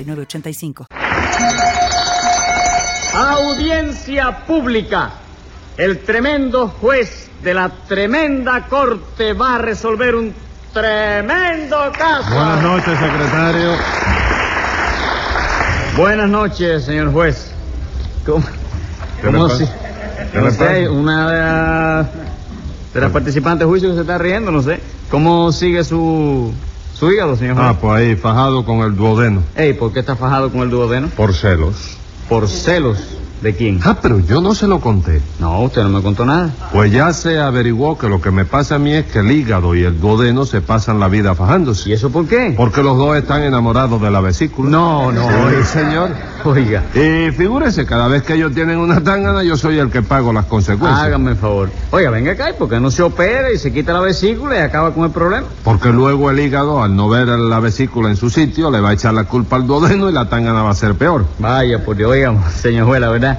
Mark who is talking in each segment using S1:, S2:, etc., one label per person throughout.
S1: 985.
S2: Audiencia pública. El tremendo juez de la tremenda corte va a resolver un tremendo caso.
S3: Buenas noches, secretario.
S2: Buenas noches, señor juez. ¿Cómo,
S3: ¿Qué le
S2: cómo
S3: pasa?
S2: si-
S3: ¿Qué
S2: no
S3: le
S2: sé,
S3: pasa?
S2: una de, la- de las participantes de juicio que se está riendo, no sé. ¿Cómo sigue su, su hígado, señor juez?
S3: Ah, pues ahí, fajado con el duodeno.
S2: Ey, ¿por qué está fajado con el duodeno?
S3: Por celos.
S2: ¿Por celos? ¿De quién?
S3: Ah, pero yo no se lo conté.
S2: No, usted no me contó nada.
S3: Pues ya se averiguó que lo que me pasa a mí es que el hígado y el duodeno se pasan la vida
S2: ¿Y
S3: fajándose.
S2: eso por qué?
S3: Porque los dos están enamorados de la vesícula.
S2: No, no,
S3: Sí,
S2: oiga.
S3: señor.
S2: Oiga.
S3: Y figúrese, cada vez que ellos tienen una tangana, yo soy el que pago las consecuencias.
S2: Hágame el favor. Oiga, venga acá, ¿y por qué no se opera y se quita la vesícula y acaba con el problema?
S3: Porque luego el hígado, al no ver la vesícula en su sitio, le va a echar la culpa al duodeno y la tangana va a ser peor.
S2: Vaya, por Dios, oiga, señor juez, la verdad,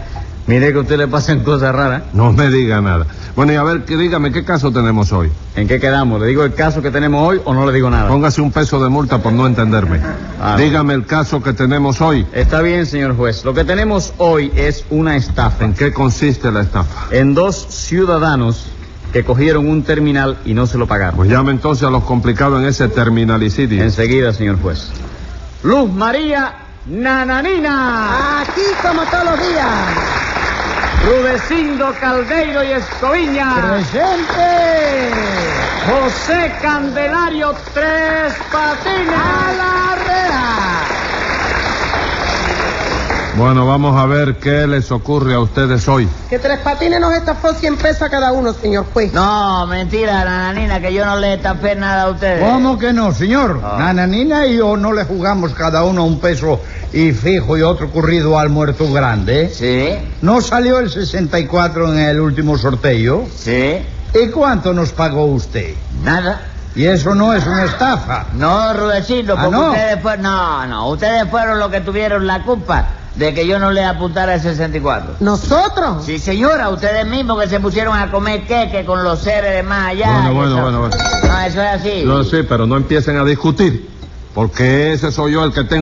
S2: mire que a usted le pasan cosas raras.
S3: No me diga nada. Bueno, y a ver, que dígame, ¿qué caso tenemos hoy?
S2: ¿En qué quedamos? ¿Le digo el caso que tenemos hoy o no le digo nada?
S3: Póngase un peso de multa por no entenderme.
S2: Ah, no.
S3: dígame el caso que tenemos hoy.
S2: Está bien, señor juez. Lo que tenemos hoy es una estafa
S3: ¿En qué consiste la estafa?
S2: en dos ciudadanos que cogieron un terminal y no se lo pagaron.
S3: Pues llame entonces a los complicados en ese terminalicidio.
S2: Enseguida, señor juez. Luz María Nananina.
S4: Aquí como todos los días.
S2: Rudecindo Caldeiro y Escoviña.
S4: Presente.
S2: José Candelario Tres Patines.
S4: A la rea.
S3: Bueno, vamos a ver qué les ocurre a ustedes hoy.
S4: Que Tres Patines nos estafó 100 pesos a cada uno, señor juez.
S5: No, mentira, nananina, que yo no le tapé nada a ustedes.
S6: ¿Cómo que no, señor?
S2: Ah.
S6: Nananina y yo no le jugamos cada uno un peso y fijo y otro corrido al muerto grande. ¿eh?
S5: Sí,
S6: ¿No salió el 64 en el último sorteo?
S5: sí,
S6: ¿Y cuánto nos pagó usted?
S5: nada.
S6: Y eso no es una estafa.
S5: No, Rudecindo,
S6: Ah,
S5: porque
S6: ¿no?
S5: ustedes fueron... No, no, ustedes fueron los que tuvieron la culpa de que yo no le apuntara el 64.
S4: ¿Nosotros?
S5: Sí, señora, ustedes mismos que se pusieron a comer queque con los seres de más allá.
S3: Bueno,
S5: y
S3: bueno,
S5: eso.
S3: bueno, bueno.
S5: No, eso es así.
S3: No, sí, pero no empiecen a discutir, porque ese soy yo el que tengo.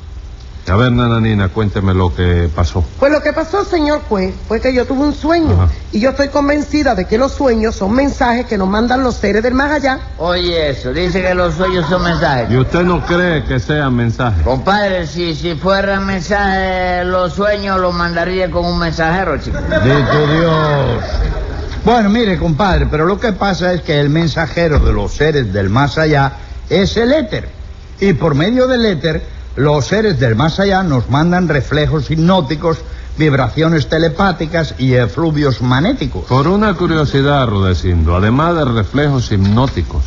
S3: A ver, nananina, cuénteme lo que pasó.
S4: Pues lo que pasó, señor juez, fue que yo tuve un sueño. Y yo estoy convencida de que los sueños son mensajes que nos mandan los seres del más allá.
S5: Oye, eso, dice que los sueños son mensajes.
S3: ¿Y usted no cree que sea mensaje?
S5: Compadre, si, si fueran mensajes, los sueños los mandaría con un mensajero, chico.
S6: Bendito Dios. Bueno, mire, compadre, pero lo que pasa es que el mensajero de los seres del más allá es el éter. Y por medio del éter, los seres del más allá nos mandan reflejos hipnóticos, vibraciones telepáticas y efluvios magnéticos.
S3: Por una curiosidad, Rudecindo, además de reflejos hipnóticos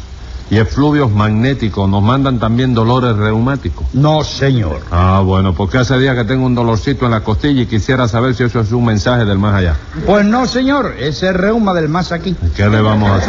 S3: y efluvios magnéticos, nos mandan también dolores reumáticos.
S6: No, señor.
S3: Ah, bueno, porque hace días que tengo un dolorcito en la costilla y quisiera saber si eso es un mensaje del más allá.
S6: Pues no, señor, ese reuma del más aquí.
S3: ¿Qué le vamos a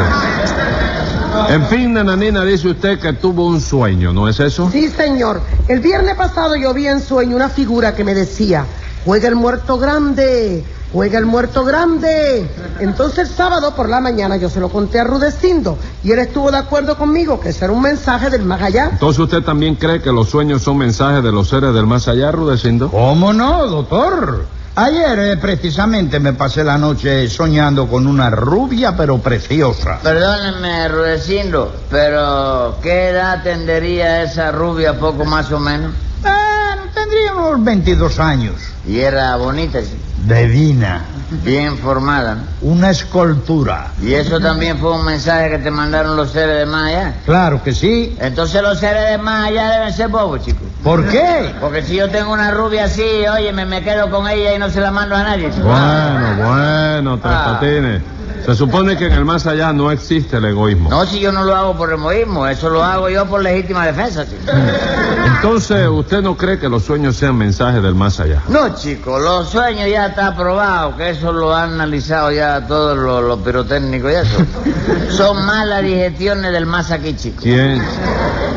S3: hacer? En fin, nananina, dice usted que tuvo un sueño, ¿no es eso?
S4: Sí, señor. El viernes pasado yo vi en sueño una figura que me decía, juega el muerto grande, juega el muerto grande. Entonces el sábado por la mañana yo se lo conté a Rudecindo y él estuvo de acuerdo conmigo que ese era un mensaje del más allá.
S3: Entonces usted también cree que los sueños son mensajes de los seres del más allá, Rudecindo.
S5: Oh.
S6: ¿Cómo no, doctor? Ayer eh, precisamente me pasé la noche soñando con una rubia pero preciosa.
S5: Perdónenme, Rudecindo, pero ¿qué edad tendría esa rubia, poco más o menos?
S6: Ah, tendría unos 22 años.
S5: Y era bonita, chico.
S6: Divina.
S5: Bien formada, ¿no?
S6: Una escultura.
S5: Y eso también fue un mensaje que te mandaron los seres de más allá.
S6: Claro que sí.
S5: Entonces los seres de más allá deben ser bobos, chicos.
S6: ¿Por qué?
S5: Porque si yo tengo una rubia así, oye, me, me quedo con ella y no se la mando a nadie. chico.
S3: Bueno, bueno, tres
S5: Ah.
S3: patines. Se supone que en el más allá no existe el egoísmo.
S5: No, si yo no lo hago por removismo, eso lo hago yo por legítima defensa, chico.
S3: Entonces, ¿usted no cree que los sueños sean mensajes del más allá?
S5: No, chico, los sueños ya está probado, que eso lo han analizado ya todos los, los pirotécnicos y eso. Son malas digestiones del más aquí, chico.
S3: ¿Quién,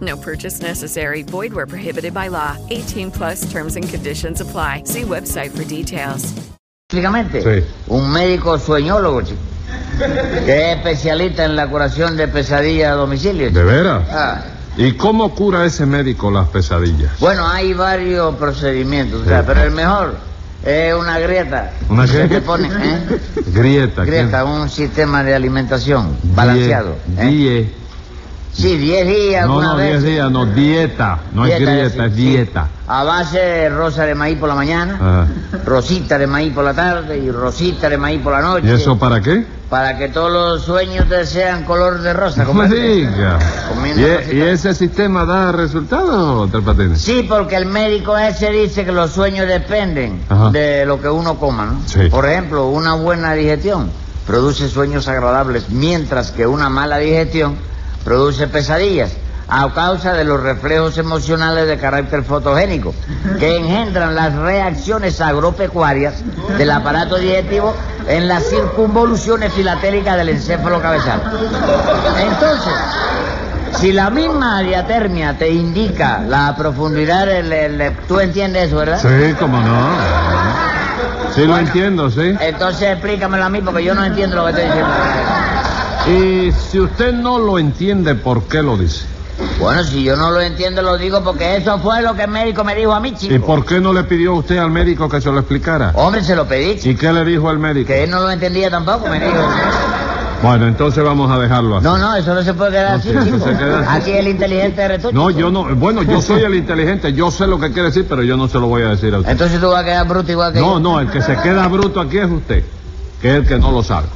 S7: No purchase necessary. Void where prohibited by law. 18 plus terms and conditions apply. See website for details.
S5: Científicamente,
S7: Sí.
S5: un médico sueñólogo, chico, que es especialista en la curación de pesadillas a domicilio. chico.
S3: ¿De veras?
S5: Ah.
S3: ¿Y cómo cura ese médico las pesadillas?
S5: Bueno, hay varios procedimientos, o sea,
S3: Sí.
S5: pero el mejor es una grieta.
S3: ¿Una
S5: que
S3: grieta?
S5: te pone, ¿eh?
S3: Grieta. ¿quién?
S5: Grieta, un sistema de alimentación balanceado. ¿eh?
S3: Die- die-
S5: Sí, 10 días
S3: No,
S5: alguna
S3: no,
S5: vez.
S3: 10 días, no, dieta. No es
S5: Dieta,
S3: grieta,
S5: sí,
S3: es
S5: sí.
S3: dieta.
S5: A base de rosa de maíz por la mañana,
S3: Ah,
S5: rosita de maíz por la tarde y rosita de maíz por la noche.
S3: ¿Y eso para qué?
S5: Para que todos los sueños te sean color de rosa.
S3: No me
S5: compadre.
S3: diga.
S5: Comiendo
S3: ¿Y,
S5: cositas.
S3: e- y ese sistema da resultados, Tres Patines?
S5: Sí, porque el médico ese dice que los sueños dependen
S3: Ajá.
S5: de lo que uno coma, ¿no?
S3: Sí.
S5: Por ejemplo, una buena digestión produce sueños agradables, mientras que una mala digestión produce pesadillas a causa de los reflejos emocionales de carácter fotogénico que engendran las reacciones agropecuarias del aparato digestivo en las circunvoluciones filatélicas del encéfalo cabezal. Entonces, Si la misma diatermia te indica la profundidad, el- el- tú entiendes eso, ¿verdad?
S3: Sí, cómo no. Sí, lo entiendo, sí.
S5: Entonces explícamelo a mí porque yo no entiendo lo que estoy diciendo.
S3: Y si usted no lo entiende, ¿por qué lo dice?
S5: Bueno, si yo no lo entiendo, lo digo porque eso fue lo que el médico me dijo a mí, chico.
S3: ¿Y por qué no le pidió usted al médico que se lo explicara?
S5: Hombre, se lo pedí.
S3: ¿Y qué le dijo el médico?
S5: Que él no lo entendía tampoco, me dijo.
S3: Bueno, entonces vamos a dejarlo así.
S5: No, no, eso no se puede quedar así,
S3: sí, eso
S5: chico.
S3: se queda así.
S5: Aquí el inteligente eres tú.
S3: No,
S5: chico.
S3: yo no. Bueno, yo soy el inteligente. Yo sé lo que quiere decir, pero yo no se lo voy a decir a usted.
S5: Entonces tú vas a quedar bruto igual que
S3: No,
S5: yo.
S3: no, el que se queda bruto aquí es usted, que es el que no lo sabe.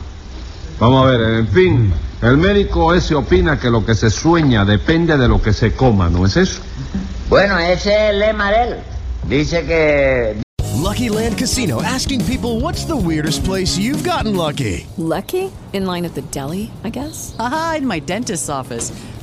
S3: Vamos a ver, en fin, el médico ese opina que lo que se sueña depende de lo que se coma, ¿no es eso?
S5: Bueno, ese es el lema de él. Dice que...
S8: Lucky Land Casino asking people what's the weirdest place you've gotten lucky?
S9: Lucky? In line at the deli, I guess? Aha, in my dentist's office.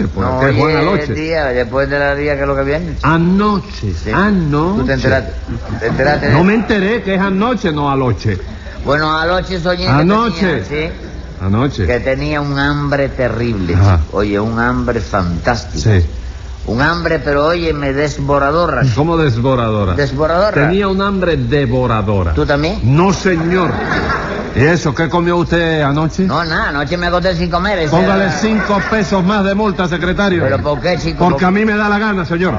S5: No,
S3: pues, qué
S5: hoy
S3: buena
S5: es
S3: noche.
S5: el día, después de la día que es lo que viene.
S3: Anoche, anoche.
S5: Tú te enteraste. Te enteraste de
S3: Ah, No
S5: eso.
S3: me enteré que es anoche, no anoche.
S5: Bueno, anoche soñé que
S3: Anoche.
S5: tenía, ¿sí?
S3: Anoche.
S5: que tenía un hambre terrible. chico. Oye, un hambre fantástico. Un hambre, pero oye, me desboradora.
S3: ¿Cómo desboradora?
S5: Desboradora.
S3: Tenía un hambre devoradora. ¿Tú
S5: también?
S3: No, señor. ¿Y eso? ¿Qué comió usted anoche?
S5: No, nada, anoche me acosté sin comer. ese
S3: Póngale
S5: era-
S3: cinco pesos más de multa, secretario.
S5: ¿Pero por qué, chico?
S3: Porque
S5: ¿Por-
S3: a mí me da la gana, señor.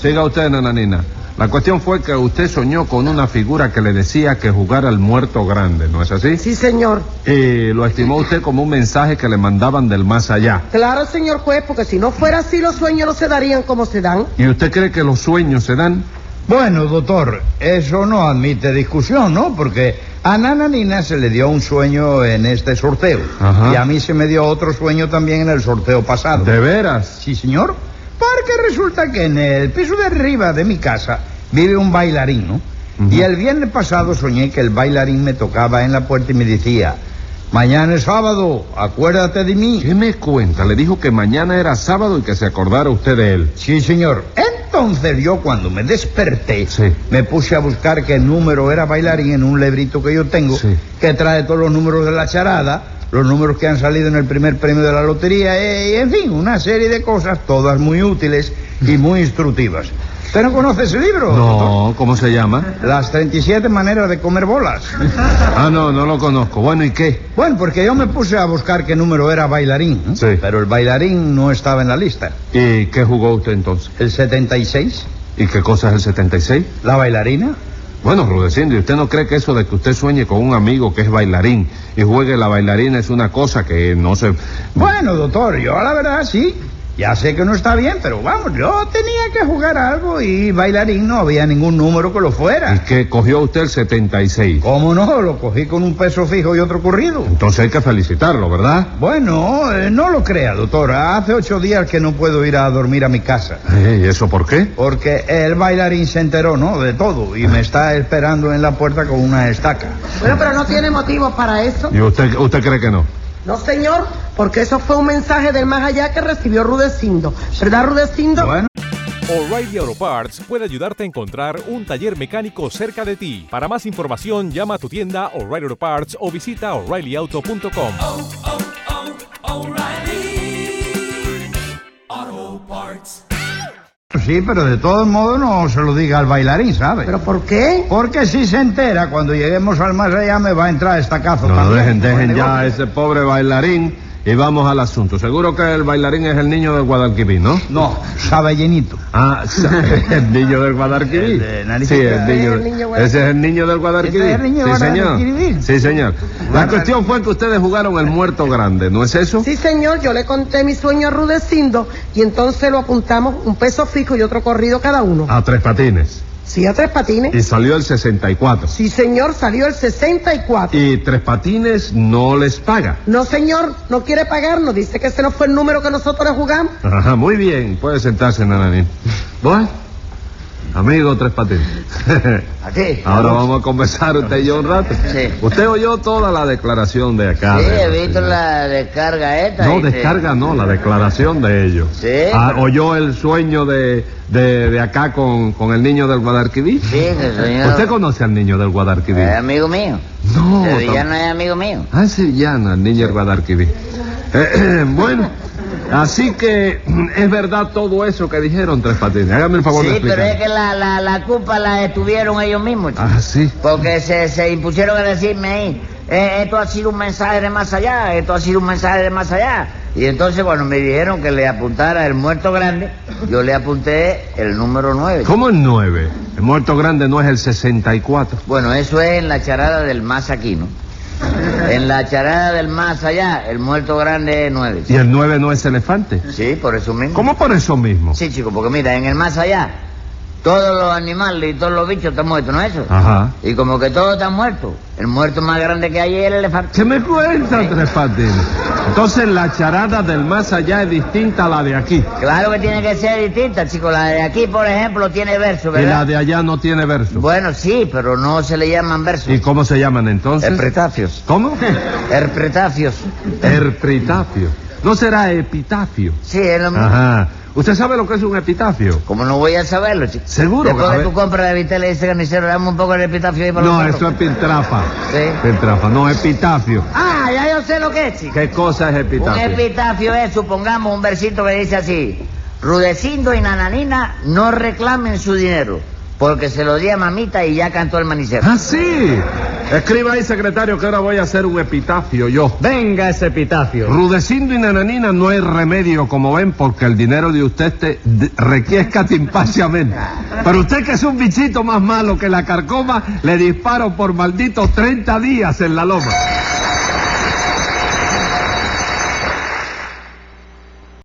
S3: Siga usted, nananina. La cuestión fue que usted soñó con una figura que le decía que jugara al muerto grande, ¿no es así?
S4: Sí, señor.
S3: Y lo estimó usted como un mensaje que le mandaban del más allá.
S4: Claro, señor juez, porque si no fuera así, los sueños no se darían como se dan.
S3: ¿Y usted cree que los sueños se dan?
S6: Bueno, doctor, eso no admite discusión, ¿no? Porque a Nana Nina se le dio un sueño en este sorteo.
S3: Ajá.
S6: Y a mí se me dio otro sueño también en el sorteo pasado.
S3: ¿De veras?
S6: Sí, señor. Porque resulta que en el piso de arriba de mi casa vive un bailarín, ¿no? Y el viernes pasado soñé que el bailarín me tocaba en la puerta y me decía, mañana es sábado, acuérdate de mí.
S3: ¿Qué me cuenta? Le dijo que mañana era sábado y que se acordara usted de él.
S6: Sí, señor. Entonces yo cuando me desperté, me puse a buscar qué número era bailarín en un librito que yo tengo, que trae todos los números de la charada, los números que han salido en el primer premio de la lotería, eh, y en fin, una serie de cosas, todas muy útiles y muy instructivas. ¿Usted no conoce ese libro?
S3: No, ¿cómo se llama?
S6: Las 37 maneras de comer bolas.
S3: Ah, no, no lo conozco. Bueno, ¿y qué?
S6: Bueno, porque yo me puse a buscar qué número era bailarín, ¿no? pero el bailarín no estaba en la lista.
S3: ¿Y qué jugó usted entonces?
S6: El 76.
S3: ¿Y qué cosa es el 76?
S6: ¿La bailarina?
S3: Bueno, Rudecindo, ¿y usted no cree que eso de que usted sueñe con un amigo que es bailarín y juegue la bailarina es una cosa que no se...
S6: Bueno, doctor, yo la verdad sí. Ya sé que no está bien, pero vamos, yo tenía que jugar algo y bailarín no había ningún número que lo fuera.
S3: que cogió usted el 76?
S6: ¿Cómo no? Lo cogí con un peso fijo y otro corrido.
S3: Entonces hay que felicitarlo, ¿verdad?
S6: Bueno, eh, no lo crea, doctor. Hace ocho días que no puedo ir a dormir a mi casa.
S3: Eh, ¿Y eso por qué?
S6: Porque el bailarín se enteró, ¿no? De todo. Y me está esperando en la puerta con una estaca.
S4: Bueno, pero no tiene motivos para eso.
S3: ¿Y usted, usted cree que no?
S4: No, señor, porque eso fue un mensaje del más allá que recibió Rudecindo. ¿Verdad, Rudecindo?
S6: Bueno.
S10: O'Reilly Auto Parts puede ayudarte a encontrar un taller mecánico cerca de ti. Para más información, llama a tu tienda O'Reilly Auto Parts o visita oreillyauto.com.
S6: Sí, pero de todos modos no se lo diga al bailarín, ¿sabe? ¿Pero
S4: por qué?
S6: Porque si se entera, cuando lleguemos al más allá me va a entrar estacazo
S3: No,
S6: también.
S3: dejen, dejen ya a ese pobre bailarín y vamos al asunto. Seguro que el bailarín es el niño del Guadalquivir, ¿no?
S6: No, sabe llenito.
S3: Ah, el niño del Guadalquivir.
S6: nariz
S3: sí, el
S6: picada. Es
S3: niño,
S6: el niño
S3: ese es el niño del Guadalquivir.
S6: Ese es el niño
S3: sí,
S6: del
S3: señor.
S6: Guadalquivir.
S3: Sí, señor. La cuestión fue que ustedes jugaron el muerto grande, ¿no es eso?
S4: Sí, señor, yo le conté mi sueño a Rudecindo y entonces lo apuntamos un peso fijo y otro corrido cada uno.
S3: A tres patines.
S4: Sí, a tres patines.
S3: Y salió el 64.
S4: Sí, señor, salió el 64.
S3: Y tres patines no les paga.
S4: No, señor, no quiere pagarnos. Dice que ese no fue el número que nosotros le jugamos.
S3: Ajá, muy bien. Puede sentarse, Nananín. Bueno, amigo Tres Patines.
S5: Aquí.
S3: Ahora vamos a conversar usted y yo un rato. Usted oyó toda la declaración de acá.
S5: Sí,
S3: de-
S5: he visto la descarga esta.
S3: No,
S5: y te-
S3: descarga no, la declaración de ellos.
S5: Sí.
S3: Ah, oyó el sueño de, de, de acá con, con el niño del Guadalquivir.
S5: Sí, que el señor- Eh,
S3: ¿Usted conoce al niño del Guadalquivir?
S5: Es amigo mío.
S3: No,
S5: Sevillano
S3: tam-
S5: es amigo mío.
S3: Ah, es sevillano, el niño del Guadalquivir. Eh, bueno, Así que mm, es verdad todo eso que dijeron Tres Patines. Hágame el favor de
S5: Sí, pero
S3: explicar.
S5: es que la, la, la culpa la tuvieron ellos mismos, chico.
S3: Ah, sí.
S5: Porque se, se impusieron a decirme ahí, "Eh, esto ha sido un mensaje de más allá, esto ha sido un mensaje de más allá. Y entonces cuando me dijeron que le apuntara el muerto grande, yo le apunté el número 9.
S3: ¿Cómo el 9? El muerto grande no es el 64.
S5: Bueno, eso es en la charada del más aquí, ¿no? En la charada del más allá, el muerto grande es 9.
S3: ¿Y el 9 no es elefante?
S5: Sí, por eso mismo.
S3: ¿Cómo por eso mismo?
S5: Sí, chico, porque mira, en el más allá, todos los animales y todos los bichos están muertos, ¿no es eso?
S3: Ajá.
S5: Y como que todos están muertos. El muerto más grande que hay es el elefante.
S3: ¿Qué me cuenta, Tres Patines? Entonces la charada del más allá es distinta a la de aquí.
S5: Claro que tiene que ser distinta, chico. La de aquí, por ejemplo, tiene verso,
S3: Y la
S5: ¿verdad?
S3: de allá no tiene verso.
S5: Bueno, sí, pero no se le llaman versos.
S3: ¿Y cómo se llaman entonces?
S5: Herpretafios.
S3: ¿Cómo?
S5: Herpretafios.
S3: Herpretafio. ¿No será epitafio?
S5: Sí, es lo mismo.
S3: Ajá. ¿Usted sabe lo que es un epitafio?
S5: Como no voy a saberlo, chico.
S3: Seguro.
S5: Después
S3: a
S5: de
S3: ver.
S5: tu compra de vitel le dice carnicero, dame un poco de epitafio ahí para
S3: No,
S5: los
S3: eso
S5: perros.
S3: es piltrafa.
S5: Sí.
S3: Piltrafa, no epitafio.
S5: Ah, ya yo sé lo que es, chico.
S3: ¿Qué cosa es
S5: Un
S3: epitafio?
S5: epitafio es, supongamos, un versito que dice así: Rudecindo y Nananina no reclamen su dinero, porque se lo di a mamita y ya cantó el manicero.
S3: Ah, sí. Escriba ahí, secretario, que ahora voy a hacer un epitafio yo.
S1: Venga ese epitafio.
S3: Rudecindo y Nananina no hay remedio, como ven, porque el dinero de usted te de- requiesca timpáciamente. Pero usted que es un bichito más malo que la carcoma, le disparo por malditos 30 días en la loma.